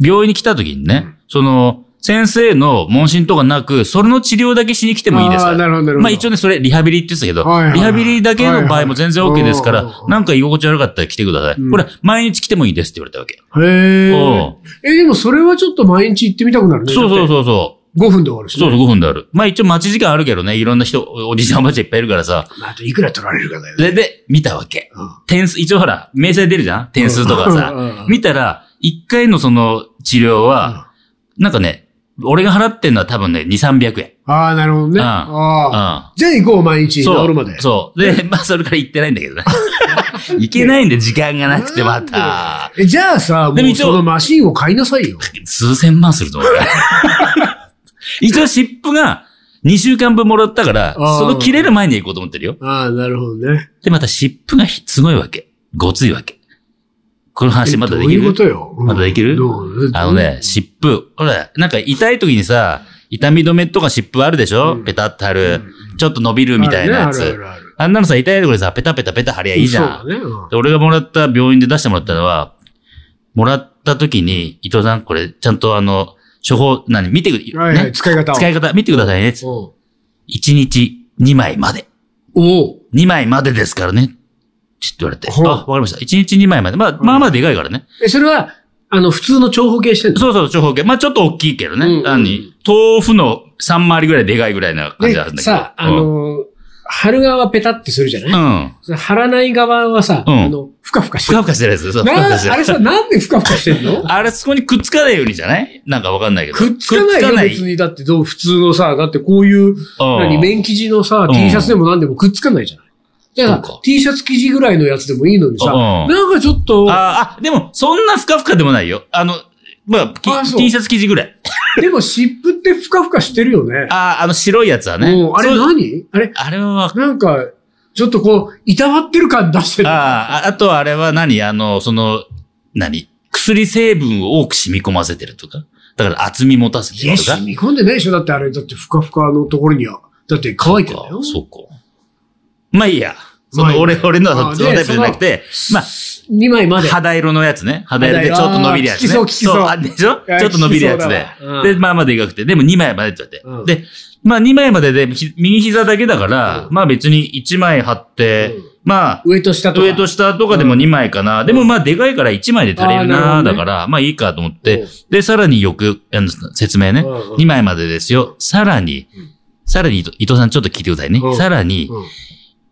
[SPEAKER 2] 病院に来た時にね、その、先生の問診とかなく、それの治療だけしに来てもいいです
[SPEAKER 1] あ
[SPEAKER 2] か
[SPEAKER 1] ー
[SPEAKER 2] ら。
[SPEAKER 1] なるほどなるほど
[SPEAKER 2] まあ一応ね、それリハビリって言ってたけど、
[SPEAKER 1] はいはいはい
[SPEAKER 2] リハビリだけの場合も全然
[SPEAKER 1] はいはい
[SPEAKER 2] OK ですか
[SPEAKER 1] うんうん
[SPEAKER 2] ら
[SPEAKER 1] う、ん
[SPEAKER 2] なんか居心地悪かったら来てください。
[SPEAKER 1] うん
[SPEAKER 2] これ、毎日来てもいいですって言われたわけ。
[SPEAKER 1] へ
[SPEAKER 2] お
[SPEAKER 1] え。え、でもそれはちょっと毎日行ってみたくなるね。
[SPEAKER 2] そうそう
[SPEAKER 1] う。
[SPEAKER 2] そうそう。
[SPEAKER 1] 5分で終わるしね。
[SPEAKER 2] そうそう、5分である。まあ一応待ち時間あるけどね、いろんな人、おじいちゃんおばあちゃんいっぱいいるからさ。
[SPEAKER 1] まああといくら取られるかだよね。
[SPEAKER 2] で、で、見たわけ
[SPEAKER 1] うん。
[SPEAKER 2] 点数、一応ほら、明細出るじゃん点数とか
[SPEAKER 1] うんうん
[SPEAKER 2] さ
[SPEAKER 1] う。ん
[SPEAKER 2] 見たら、1回のその治療は、なんかね、俺が払ってんのは多分ね、2、300円。
[SPEAKER 1] ああ、なるほどね。
[SPEAKER 2] うん
[SPEAKER 1] ああ。
[SPEAKER 2] うん。
[SPEAKER 1] じゃあ行こう、毎日。
[SPEAKER 2] そ
[SPEAKER 1] 治
[SPEAKER 2] う。
[SPEAKER 1] るまで。
[SPEAKER 2] そう。で、まあ、それから行ってないんだけ どね。行けないんで、時間がなくて、また。
[SPEAKER 1] え、じゃあさ、
[SPEAKER 2] で
[SPEAKER 1] も
[SPEAKER 2] も
[SPEAKER 1] う
[SPEAKER 2] 一応
[SPEAKER 1] そのマシンを買いなさいよ。
[SPEAKER 2] 数千万すると 思うよ。一応、湿布が2週間分もらったから、
[SPEAKER 1] あー
[SPEAKER 2] その切れる前に行こうと思ってるよ。
[SPEAKER 1] ああ、なるほどね。
[SPEAKER 2] で、また湿布がひすごいわけ。ごついわけ。この話まだでき
[SPEAKER 1] えどういう
[SPEAKER 2] る
[SPEAKER 1] ことよ。うん
[SPEAKER 2] まだできる
[SPEAKER 1] どう
[SPEAKER 2] あのね、湿布。ほら、なんか痛い時にさ、痛み止めとか湿布あるでしょ、
[SPEAKER 1] うん
[SPEAKER 2] ペタって貼る、ちょっと伸びるみたいなやつ。
[SPEAKER 1] あ
[SPEAKER 2] あ
[SPEAKER 1] るねあるあるある
[SPEAKER 2] んなのさ、痛いところでさ、ペタペタペタ貼りゃいいじゃん。
[SPEAKER 1] そうだね。うん
[SPEAKER 2] で俺がもらった病院で出してもらったのは、もらった時に、伊藤さん、これ、ちゃんとあの、処方、何、見てく、
[SPEAKER 1] はいはい、
[SPEAKER 2] ね、
[SPEAKER 1] 使い方を。
[SPEAKER 2] 使い方見てくださいね。
[SPEAKER 1] うんお
[SPEAKER 2] 1日2枚まで。
[SPEAKER 1] お
[SPEAKER 2] 2枚までですからね。ちょっと言われて。
[SPEAKER 1] ほう
[SPEAKER 2] あ、わかりました。1日2枚まで。まあ、まあまあでかいからね。
[SPEAKER 1] え、それは、あの、普通の長方形してんの
[SPEAKER 2] そうそう、長方形。まあちょっと大きいけどね。
[SPEAKER 1] うん
[SPEAKER 2] あんに豆腐の3回りぐらいでかいぐらいな感じあるんだけど。
[SPEAKER 1] でさ、あ
[SPEAKER 2] うん、
[SPEAKER 1] の、貼る側はペタってするじゃない
[SPEAKER 2] うん。
[SPEAKER 1] それ貼らない側はさ、
[SPEAKER 2] うん
[SPEAKER 1] あの、ふかふかし
[SPEAKER 2] ふ
[SPEAKER 1] てる
[SPEAKER 2] か。ふかしてるやつ。そうふかふかし
[SPEAKER 1] な
[SPEAKER 2] てる
[SPEAKER 1] あれさ、なんでふかふかしてんの
[SPEAKER 2] あれ、そこにくっつかないようにじゃないなんかわかんないけど。
[SPEAKER 1] くっつかないよ、別に。だってどう、普通のさ、だってこういう、
[SPEAKER 2] うん
[SPEAKER 1] 何、綿生地のさ、
[SPEAKER 2] うん
[SPEAKER 1] T シャツでも何でもくっつかないじゃない。じゃ
[SPEAKER 2] そうか
[SPEAKER 1] あ、T シャツ生地ぐらいのやつでもいいのにさ、
[SPEAKER 2] うん
[SPEAKER 1] なんかちょっと、
[SPEAKER 2] あーあ、でも、そんなふかふかでもないよ。あの、まあ、き
[SPEAKER 1] あそう
[SPEAKER 2] T シャツ生地ぐらい。
[SPEAKER 1] でも湿布ってふかふかしてるよね。
[SPEAKER 2] ああ、あの白いやつはね。
[SPEAKER 1] もう、あれ
[SPEAKER 2] そう
[SPEAKER 1] 何あれ、
[SPEAKER 2] あれは、
[SPEAKER 1] なんか、ちょっとこう、いたわってる感出してる。
[SPEAKER 2] あーあ、あとあれは何あの、その、何薬成分を多く染み込ませてるとか。だから厚み持たせ
[SPEAKER 1] い
[SPEAKER 2] て
[SPEAKER 1] や、
[SPEAKER 2] るとか
[SPEAKER 1] 染。み込んでないでしょだってあれ、だってふかふかのところには、だって乾いてんだよ。
[SPEAKER 2] そうか。まあいいや。そ
[SPEAKER 1] まあいい
[SPEAKER 2] の
[SPEAKER 1] や
[SPEAKER 2] 俺、俺の
[SPEAKER 1] あ
[SPEAKER 2] は
[SPEAKER 1] ー
[SPEAKER 2] そのタイプ
[SPEAKER 1] で
[SPEAKER 2] じゃなくて、まあ、
[SPEAKER 1] 2枚まで。
[SPEAKER 2] 肌色のやつね。肌色でちょっと伸びるやつ
[SPEAKER 1] 肌色あー聞き
[SPEAKER 2] ね。
[SPEAKER 1] そう聞きそう
[SPEAKER 2] あでしょ
[SPEAKER 1] いや
[SPEAKER 2] ちょっと伸びるやつで
[SPEAKER 1] 聞きそうだわ。うん
[SPEAKER 2] で、まあまあでかくて。でも2枚までって言われて。
[SPEAKER 1] う
[SPEAKER 2] で、まあ2枚までで、ひ右膝だけだから、
[SPEAKER 1] うん
[SPEAKER 2] まあ別に1枚貼って
[SPEAKER 1] うん、
[SPEAKER 2] まあ、
[SPEAKER 1] 上と下とか。
[SPEAKER 2] 上と下とかでも2枚かな。でもまあでかいから1枚で足りる
[SPEAKER 1] あ
[SPEAKER 2] な。
[SPEAKER 1] ーなるほど
[SPEAKER 2] だ
[SPEAKER 1] ね
[SPEAKER 2] から、まあいいかと思っ
[SPEAKER 1] う
[SPEAKER 2] て
[SPEAKER 1] ん。
[SPEAKER 2] で、さらによく、あの説明ね。
[SPEAKER 1] うんうん
[SPEAKER 2] 2枚までですよ。さらに
[SPEAKER 1] うん、
[SPEAKER 2] さらに伊藤伊藤さんちょっと聞いてくださいね
[SPEAKER 1] うん。
[SPEAKER 2] さらに、
[SPEAKER 1] うん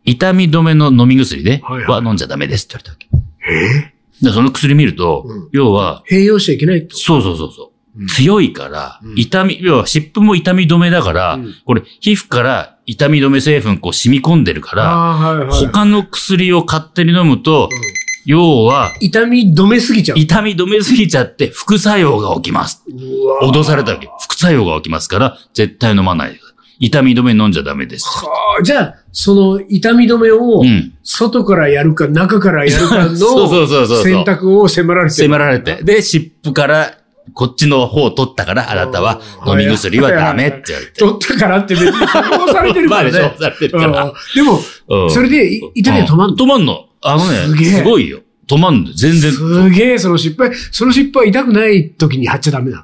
[SPEAKER 2] 痛み止めの飲み薬で、
[SPEAKER 1] はいは
[SPEAKER 2] は飲んじゃダメですって言われたわけ。で、その薬見ると、
[SPEAKER 1] うん
[SPEAKER 2] 要は、
[SPEAKER 1] 併用しちゃいけないと。
[SPEAKER 2] そうそうそうそう、
[SPEAKER 1] うん
[SPEAKER 2] 強いから、
[SPEAKER 1] うん
[SPEAKER 2] 痛み、要は湿布も痛み止めだから、
[SPEAKER 1] うん
[SPEAKER 2] これ、皮膚から痛み止め成分こう染み込んでるから、
[SPEAKER 1] ああ、はいはい。
[SPEAKER 2] 他の薬を勝手に飲むと、
[SPEAKER 1] うん
[SPEAKER 2] 要は、
[SPEAKER 1] 痛み止めすぎちゃう。
[SPEAKER 2] 痛み止めすぎちゃって副作用が起きます。
[SPEAKER 1] うわ
[SPEAKER 2] 脅されたわけ。副作用が起きますから、絶対飲まないでください。痛み止め飲んじゃダメです。
[SPEAKER 1] はあじゃあ、その痛み止めを
[SPEAKER 2] うん、
[SPEAKER 1] 外からやるか、中からやるか
[SPEAKER 2] そうそうそうそうそ
[SPEAKER 1] の
[SPEAKER 2] う
[SPEAKER 1] 選択を迫られてる
[SPEAKER 2] 迫られて。で、湿布から、こっちの方を取ったから、あなたは飲み薬はダメって言われて。
[SPEAKER 1] 取ったからって別に処方されてるからね。
[SPEAKER 2] まあね処方されてるから
[SPEAKER 1] うんでも、
[SPEAKER 2] うん
[SPEAKER 1] それでい痛みは止まん
[SPEAKER 2] う
[SPEAKER 1] の
[SPEAKER 2] 止まんの。あのね、
[SPEAKER 1] すげえ
[SPEAKER 2] すごいよ。止まんの。全然。
[SPEAKER 1] すげえ、その失敗。その失敗痛くない時に貼っちゃダメなの。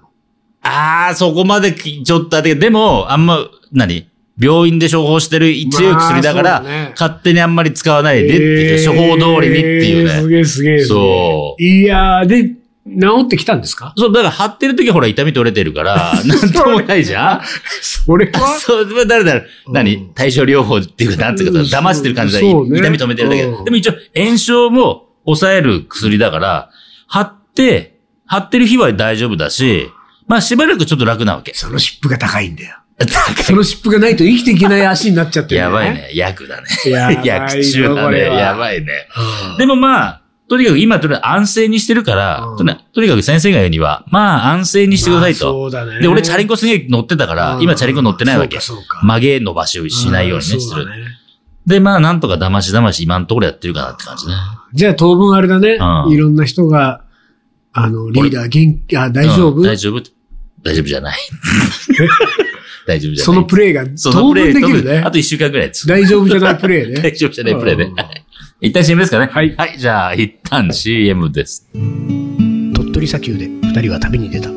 [SPEAKER 2] ああ、そこまできちょっとあれでも、あんま、何病院で処方してる強い薬だか
[SPEAKER 1] ま
[SPEAKER 2] ら、
[SPEAKER 1] あそうだね
[SPEAKER 2] 勝手にあんまり使わないでっていう、
[SPEAKER 1] えー
[SPEAKER 2] 処方通りにっていう
[SPEAKER 1] す
[SPEAKER 2] ね。
[SPEAKER 1] げえすげえ。。
[SPEAKER 2] そう
[SPEAKER 1] いやー、で、治ってきたんですか
[SPEAKER 2] そう、だから貼ってる時はほら痛み取れてる から、なんともないじゃん
[SPEAKER 1] それは、
[SPEAKER 2] そう、まあ誰だろう、何対症療法っていうか、なんていうかさ、
[SPEAKER 1] うん
[SPEAKER 2] 騙してる感じだ、
[SPEAKER 1] そうね
[SPEAKER 2] 痛み止めてるだけ
[SPEAKER 1] うん
[SPEAKER 2] で。でも一応、炎症も抑える薬だから、貼って、貼ってる日は大丈夫だし、まあしばらくちょっと楽なわけ。
[SPEAKER 1] その湿布が高いんだよ。その湿布がないと生きていけない足になっちゃってる、
[SPEAKER 2] やばい。ね。薬だね。
[SPEAKER 1] やばいよ
[SPEAKER 2] 薬中だ
[SPEAKER 1] こ
[SPEAKER 2] ね。
[SPEAKER 1] れは
[SPEAKER 2] やばいね。
[SPEAKER 1] うん
[SPEAKER 2] でもまあ、とにかく今、とりあえず安静にしてるから、
[SPEAKER 1] うん
[SPEAKER 2] とにとにかく先生が言うには、まあ安静にしてください
[SPEAKER 1] まあ
[SPEAKER 2] と。
[SPEAKER 1] そうだね。
[SPEAKER 2] で、俺チャリンコすげえ乗ってたから、今チャリンコ乗ってないわけ。
[SPEAKER 1] そうかそうか
[SPEAKER 2] 曲げ伸ばしをしないようにね、
[SPEAKER 1] ん
[SPEAKER 2] す
[SPEAKER 1] そ
[SPEAKER 2] る
[SPEAKER 1] だ。ね
[SPEAKER 2] で、まあ、なんとか騙し騙し今のところやってるかなって感じね。
[SPEAKER 1] じゃあ当分あれだね
[SPEAKER 2] う。ん
[SPEAKER 1] いろんな人が、あの、リーダー元気、あ、大丈夫
[SPEAKER 2] うん大丈夫大丈夫じゃない。 大丈夫じゃない。
[SPEAKER 1] そのプレイが
[SPEAKER 2] そ
[SPEAKER 1] 当
[SPEAKER 2] のプレ
[SPEAKER 1] 分
[SPEAKER 2] イ
[SPEAKER 1] できる
[SPEAKER 2] 当分
[SPEAKER 1] ね
[SPEAKER 2] あ。と一週間くらいです。
[SPEAKER 1] 大丈夫じゃないプレイね
[SPEAKER 2] 大。丈夫じゃないプレイで
[SPEAKER 1] うん。
[SPEAKER 2] 一旦 CM ですかね。
[SPEAKER 1] はい
[SPEAKER 2] はい、じゃあ、一旦 CM です。
[SPEAKER 1] 鳥取砂丘で二人は旅に出た。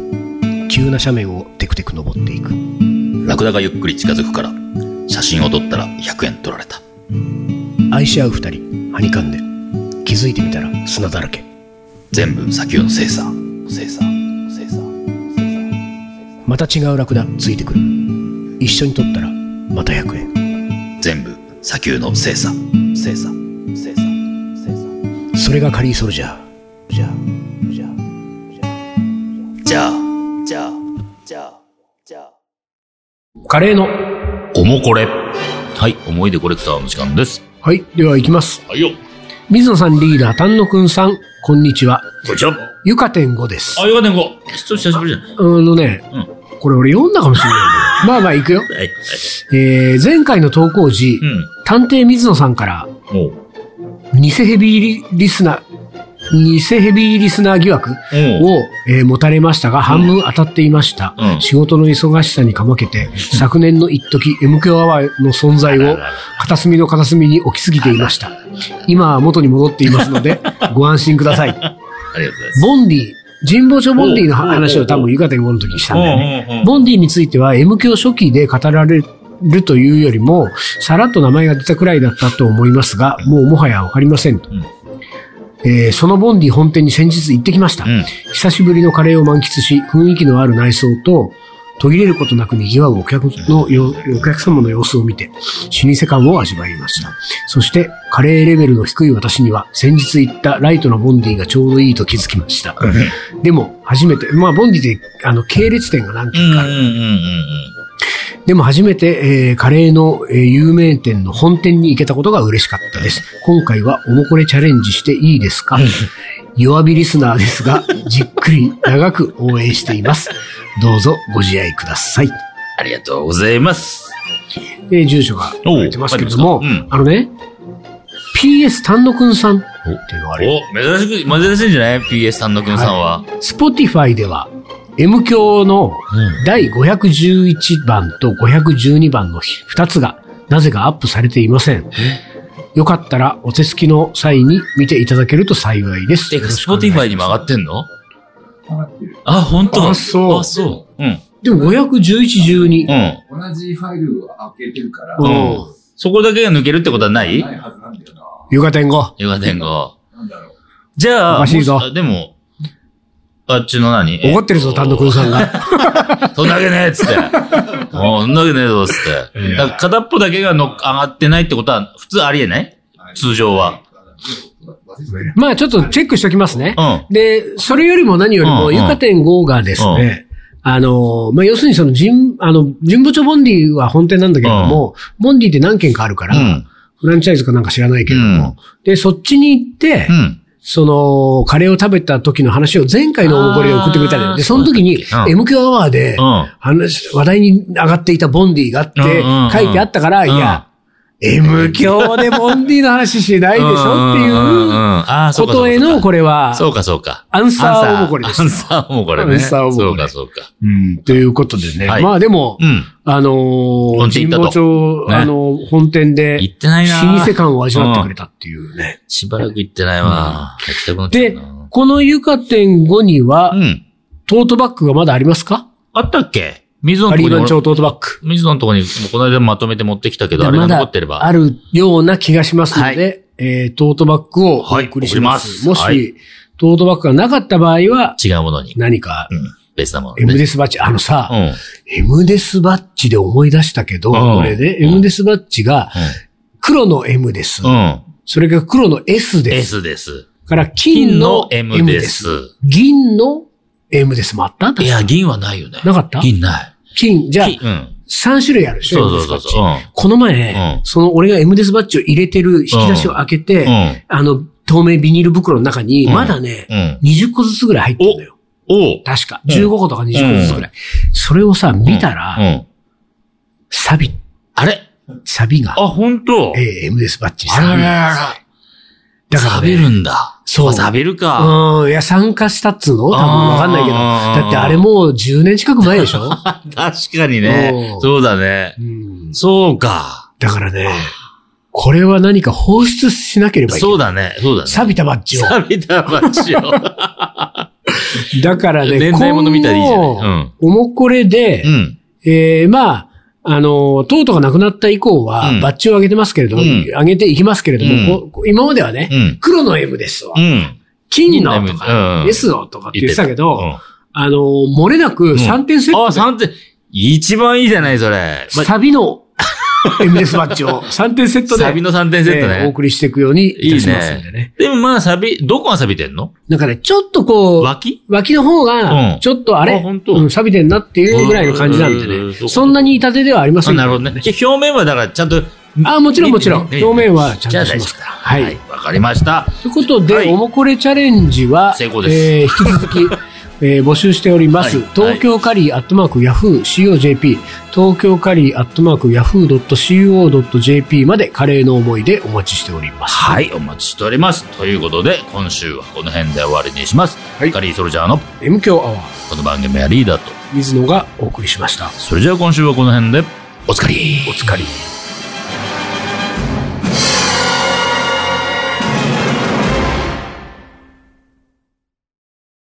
[SPEAKER 3] 急な斜面をテクテク登っていく
[SPEAKER 2] ラクダがゆっくり近づくから写真を撮ったら100円取られた
[SPEAKER 3] 愛し合う二人はにかんで気づいてみたら砂だらけ
[SPEAKER 2] 全部砂丘の精査精査精査精
[SPEAKER 3] また違うラクダついてくる一緒に取ったらまた100円
[SPEAKER 2] 査全部砂丘の精査精査精査精査
[SPEAKER 3] それがカリーソルジャーじゃあじゃあ
[SPEAKER 2] じゃあじゃあじゃあじゃあ
[SPEAKER 1] カレーの。
[SPEAKER 2] おもこれはい思い出コレクターの時間です
[SPEAKER 1] はい。では行きます。
[SPEAKER 2] はいよ
[SPEAKER 1] 水野さんリーダー、丹野くんさん、こんにちは。
[SPEAKER 2] こんにちは
[SPEAKER 1] ゆかてんごです。
[SPEAKER 2] あよかったねこうちょっと久しぶりじゃない
[SPEAKER 1] あのね、これ俺読んだかもしれないん だよ。まあまあ行くよ。
[SPEAKER 2] はい
[SPEAKER 1] えー、前回の投稿時、探偵水野さんから、
[SPEAKER 2] うんおう
[SPEAKER 1] 偽ヘビーリスナー、偽ヘビーリスナー疑惑
[SPEAKER 2] おう
[SPEAKER 1] を、えー持たれましたが、半分当たっていました。
[SPEAKER 2] うん
[SPEAKER 1] 仕事の忙しさにかまけて、昨年の一時 M 響アワーの存在を片隅の片隅に置きすぎていました。今は元に戻っていますの で、ご安心ください。
[SPEAKER 2] ありがとうございます
[SPEAKER 1] ボンディ、神保町ボンディの話を多分ゆかてんごの時にしたんだよね。ボンディについては M 教初期で語られるというよりも、さらっと名前が出たくらいだったと思いますが、もうもはやわかりませんと。
[SPEAKER 2] ん
[SPEAKER 1] えーそのボンディ本店に先日行ってきました。
[SPEAKER 2] うん
[SPEAKER 1] 久しぶりのカレーを満喫し、雰囲気のある内装と、途切れることなく賑わうお客のよ、お客様の様子を見て、老舗感を味わいました。そして、カレーレベルの低い私には、先日行ったライトなボンディがちょうどいいと気づきました。でも、初めて、まあ、ボンディで、あの、系列店が何
[SPEAKER 2] うんう
[SPEAKER 1] 軒
[SPEAKER 2] ん
[SPEAKER 1] かあ
[SPEAKER 2] う
[SPEAKER 1] る。
[SPEAKER 2] ん
[SPEAKER 1] でも初めて、えーカレーの、えー有名店の本店に行けたことが嬉しかったです。今回はおもこれチャレンジしていいですか弱火リスナーですが、じっくり長く応援しています。どうぞご自愛ください。
[SPEAKER 2] ありがとうございます
[SPEAKER 1] えー住所が書いてますけれど
[SPEAKER 2] お
[SPEAKER 1] も、
[SPEAKER 2] う書いてます
[SPEAKER 1] あのね、PS 丹野くんさんっていうのがあれ、
[SPEAKER 2] お珍しく珍しいんじゃない ?PS 単独のさんは、
[SPEAKER 1] Spotify では M 教の第511番と512番の2つがなぜかアップされていません。よかったらお手すきの際に見ていただけると幸いです。
[SPEAKER 2] え、
[SPEAKER 1] よろし
[SPEAKER 2] ス
[SPEAKER 1] くお願
[SPEAKER 2] ポテ
[SPEAKER 1] いします
[SPEAKER 2] ィファイにも上がってんのあ、本当だ。
[SPEAKER 1] あそう
[SPEAKER 2] あ、そう。うん。
[SPEAKER 1] でも511、12。
[SPEAKER 2] うん。
[SPEAKER 4] 同じファイルを開けてるから、
[SPEAKER 1] う
[SPEAKER 2] うんん。そこだけが抜けるってことはない
[SPEAKER 4] ないはずなんだよ
[SPEAKER 1] ゆか天後。
[SPEAKER 2] ヨガ天狗。
[SPEAKER 4] な。なんだろう。
[SPEAKER 2] じゃあ、
[SPEAKER 1] おかしいぞ
[SPEAKER 2] もあでも、あっちの何
[SPEAKER 1] 怒ってるぞ、丹野くんさん
[SPEAKER 2] が。
[SPEAKER 1] が。
[SPEAKER 2] そんなわけねえっつ って。もうそんなわけねえぞっつって。だから片っぽだけがの上がってないってことは、普通ありえない通常は。
[SPEAKER 4] 忘れてたよ
[SPEAKER 1] まあちょっとチェックしておきますね
[SPEAKER 2] う。ん。
[SPEAKER 1] で、それよりも何より
[SPEAKER 2] うんう
[SPEAKER 1] も、
[SPEAKER 2] ん
[SPEAKER 1] ゆか天5がですね、あの、まあ、要するにその、人、あの、人部長ボンディは本店なんだけれども、ボンディって何軒かあるから、
[SPEAKER 2] うん。
[SPEAKER 1] フランチャイズかなんか知らないけれども、で、そっちに行って、
[SPEAKER 2] うん。
[SPEAKER 1] その、カレーを食べた時の話を前回のおもこれで送ってくれたの
[SPEAKER 2] あ
[SPEAKER 1] よ。
[SPEAKER 2] ー
[SPEAKER 1] で、その時に、
[SPEAKER 2] そうだっけ
[SPEAKER 1] MQ アワーで
[SPEAKER 2] う、ん。
[SPEAKER 1] 話、話題に上がっていたボンディがあって、
[SPEAKER 2] うんうんうん
[SPEAKER 1] 書いてあったから、いや、M 教でボンディの話しないでしょっていう
[SPEAKER 2] い
[SPEAKER 1] ことへの、これは、
[SPEAKER 2] そうかそうか。
[SPEAKER 1] アンサーおもこれです
[SPEAKER 2] アンサーおもこれね。
[SPEAKER 1] アンサーおもこれ
[SPEAKER 2] そうかそうか。
[SPEAKER 1] うんということでね。
[SPEAKER 2] はい
[SPEAKER 1] まあでも
[SPEAKER 2] う、ん。
[SPEAKER 1] あのー、
[SPEAKER 2] 本店
[SPEAKER 1] 神
[SPEAKER 2] 行っ
[SPEAKER 1] 保
[SPEAKER 2] たと
[SPEAKER 1] 町、
[SPEAKER 2] ね
[SPEAKER 1] あのー、本店で、
[SPEAKER 2] 行ってないな
[SPEAKER 1] 老舗感を味わってくれたっていうね。
[SPEAKER 2] しばらく行ってないわ。行きたくなっちゃう
[SPEAKER 1] で
[SPEAKER 2] な、
[SPEAKER 1] このゆか店5には、
[SPEAKER 2] うん。
[SPEAKER 1] トートバッグがまだありますか
[SPEAKER 2] あったっけ水野
[SPEAKER 1] カ
[SPEAKER 2] のと
[SPEAKER 1] リー
[SPEAKER 2] こに
[SPEAKER 1] バン
[SPEAKER 2] 俺
[SPEAKER 1] 町、トートバッグ。
[SPEAKER 2] 水野のとこに、もうこの間まとめて持ってきたけど、あれが
[SPEAKER 1] まだ
[SPEAKER 2] 残ってれば。
[SPEAKER 1] あるような気がしますので、えートートバッグをお送りします。
[SPEAKER 2] はい送ります
[SPEAKER 1] もし、
[SPEAKER 2] はい
[SPEAKER 1] トートバッグがなかった場合は、
[SPEAKER 2] 違うものに。
[SPEAKER 1] 何か
[SPEAKER 2] う、ん。別なもので。
[SPEAKER 1] エムデスバッジ、あのさ、
[SPEAKER 2] うん。
[SPEAKER 1] エムデスバッジで思い出したけど、
[SPEAKER 2] うん
[SPEAKER 1] これね、
[SPEAKER 2] うん
[SPEAKER 1] エムデスバッジが、黒の M です。
[SPEAKER 2] うん。
[SPEAKER 1] それが黒の S です。
[SPEAKER 2] S です。
[SPEAKER 1] から金の M
[SPEAKER 2] M
[SPEAKER 1] です。
[SPEAKER 2] です
[SPEAKER 1] 銀の M ですもあった
[SPEAKER 2] いや、銀はないよね。
[SPEAKER 1] なかった
[SPEAKER 2] 銀ない。
[SPEAKER 1] 金、じゃあ、
[SPEAKER 2] 金うん。
[SPEAKER 1] 3種類あるでしょ
[SPEAKER 2] そうそうそうそう
[SPEAKER 1] M デスバッジこの前、
[SPEAKER 2] うん
[SPEAKER 1] その俺が M デスバッジを入れてる引き出しを開けて、
[SPEAKER 2] うん。
[SPEAKER 1] あの、透明ビニール袋の中に、
[SPEAKER 2] うん
[SPEAKER 1] まだね、
[SPEAKER 2] うん。
[SPEAKER 1] 20個ずつぐらい入ってるんだよ。
[SPEAKER 2] おう
[SPEAKER 1] 確か。
[SPEAKER 2] ん
[SPEAKER 1] 15個とか20個ずつぐらい。それをさ、見たら、
[SPEAKER 2] うん。
[SPEAKER 1] サビ、
[SPEAKER 2] あれ
[SPEAKER 1] サビが、
[SPEAKER 2] あ、本当
[SPEAKER 1] ええ M デスバッジに
[SPEAKER 2] あ
[SPEAKER 1] サビが
[SPEAKER 2] らららら。
[SPEAKER 1] だから、ね、
[SPEAKER 2] 錆びるんだ。
[SPEAKER 1] そう
[SPEAKER 2] あ錆びるか。
[SPEAKER 1] うん、いや、参加したっつうの多分わかんないけど。
[SPEAKER 2] あー
[SPEAKER 1] だってあれもう10年近く前でし ょ、
[SPEAKER 2] 確かにね
[SPEAKER 1] お。う
[SPEAKER 2] そうだね。
[SPEAKER 1] うん、
[SPEAKER 2] そうか。
[SPEAKER 1] だからね、これは何か放出しなければいけない。
[SPEAKER 2] そうだね。そうだ ね。
[SPEAKER 1] 錆びたバッジを。
[SPEAKER 2] 錆びた街を。
[SPEAKER 1] だからね、
[SPEAKER 2] 年代物みたいでいいじゃない
[SPEAKER 1] 今後おもこれで
[SPEAKER 2] う、ん。
[SPEAKER 1] えーまあ、あの、党とかなくなった以降は
[SPEAKER 2] うん、
[SPEAKER 1] バッジを上げてますけれども、
[SPEAKER 2] うん
[SPEAKER 1] 上げていきますけれども、
[SPEAKER 2] う
[SPEAKER 1] こう今まではね、
[SPEAKER 2] うん。
[SPEAKER 1] 黒の M ですわ
[SPEAKER 2] う、ん。
[SPEAKER 1] 金のと
[SPEAKER 2] う
[SPEAKER 1] か、
[SPEAKER 2] ん
[SPEAKER 1] S のとかって言ってたけど、
[SPEAKER 2] うん
[SPEAKER 1] あの、漏れなく3点セッ
[SPEAKER 2] あ、
[SPEAKER 1] トで、
[SPEAKER 2] 3点。一番いいじゃない、それ。ま
[SPEAKER 1] サビの M ですバッジ を3点セットで、
[SPEAKER 2] サビの3点セット
[SPEAKER 1] えーお
[SPEAKER 2] ね。
[SPEAKER 1] 送りしていくようにいたしますんでね。
[SPEAKER 2] でもまあ、サビ、どこがサビてんの
[SPEAKER 1] なんかね、ちょっとこう、
[SPEAKER 2] 脇
[SPEAKER 1] 脇の方
[SPEAKER 2] う
[SPEAKER 1] が
[SPEAKER 2] ん、
[SPEAKER 1] ちょっとあれ、
[SPEAKER 2] あ本当
[SPEAKER 1] うん、錆びてんなっていうぐらいの感じなんで
[SPEAKER 2] うんうんうんそう
[SPEAKER 1] ね、
[SPEAKER 2] か
[SPEAKER 1] そんなに痛手ではありませ
[SPEAKER 2] あ
[SPEAKER 1] ん
[SPEAKER 2] なるほどね。表面はだから、ちゃんと。
[SPEAKER 1] あ、もちろんもちろん。
[SPEAKER 2] ね
[SPEAKER 1] 表面はち
[SPEAKER 2] じゃ
[SPEAKER 1] ゃ
[SPEAKER 2] あ
[SPEAKER 1] んとし
[SPEAKER 2] 大
[SPEAKER 1] ま
[SPEAKER 2] 丈夫
[SPEAKER 1] す
[SPEAKER 2] か。
[SPEAKER 1] からら。は
[SPEAKER 2] はい
[SPEAKER 1] い。。
[SPEAKER 2] わかりました。
[SPEAKER 1] ということ
[SPEAKER 2] は
[SPEAKER 1] で、
[SPEAKER 2] い
[SPEAKER 1] おもこれチャレンジは、
[SPEAKER 2] 成功です
[SPEAKER 1] えー引き 続き、えー募集しております。
[SPEAKER 2] はい
[SPEAKER 1] 東京カリーアットマークヤフー COJP、東京カリーアットマークヤフー .co.jp までカレーの思い出お待ちしております。
[SPEAKER 2] はい、お待ちしております。ということで、今週はこの辺で終わりにします。
[SPEAKER 1] はい
[SPEAKER 2] カリーソルジャーの
[SPEAKER 1] M 強アワー、
[SPEAKER 2] この番組はリーダーと。
[SPEAKER 1] 水野がお送りしました。
[SPEAKER 2] それじゃあ今週はこの辺で、おつかり。
[SPEAKER 1] お疲れ。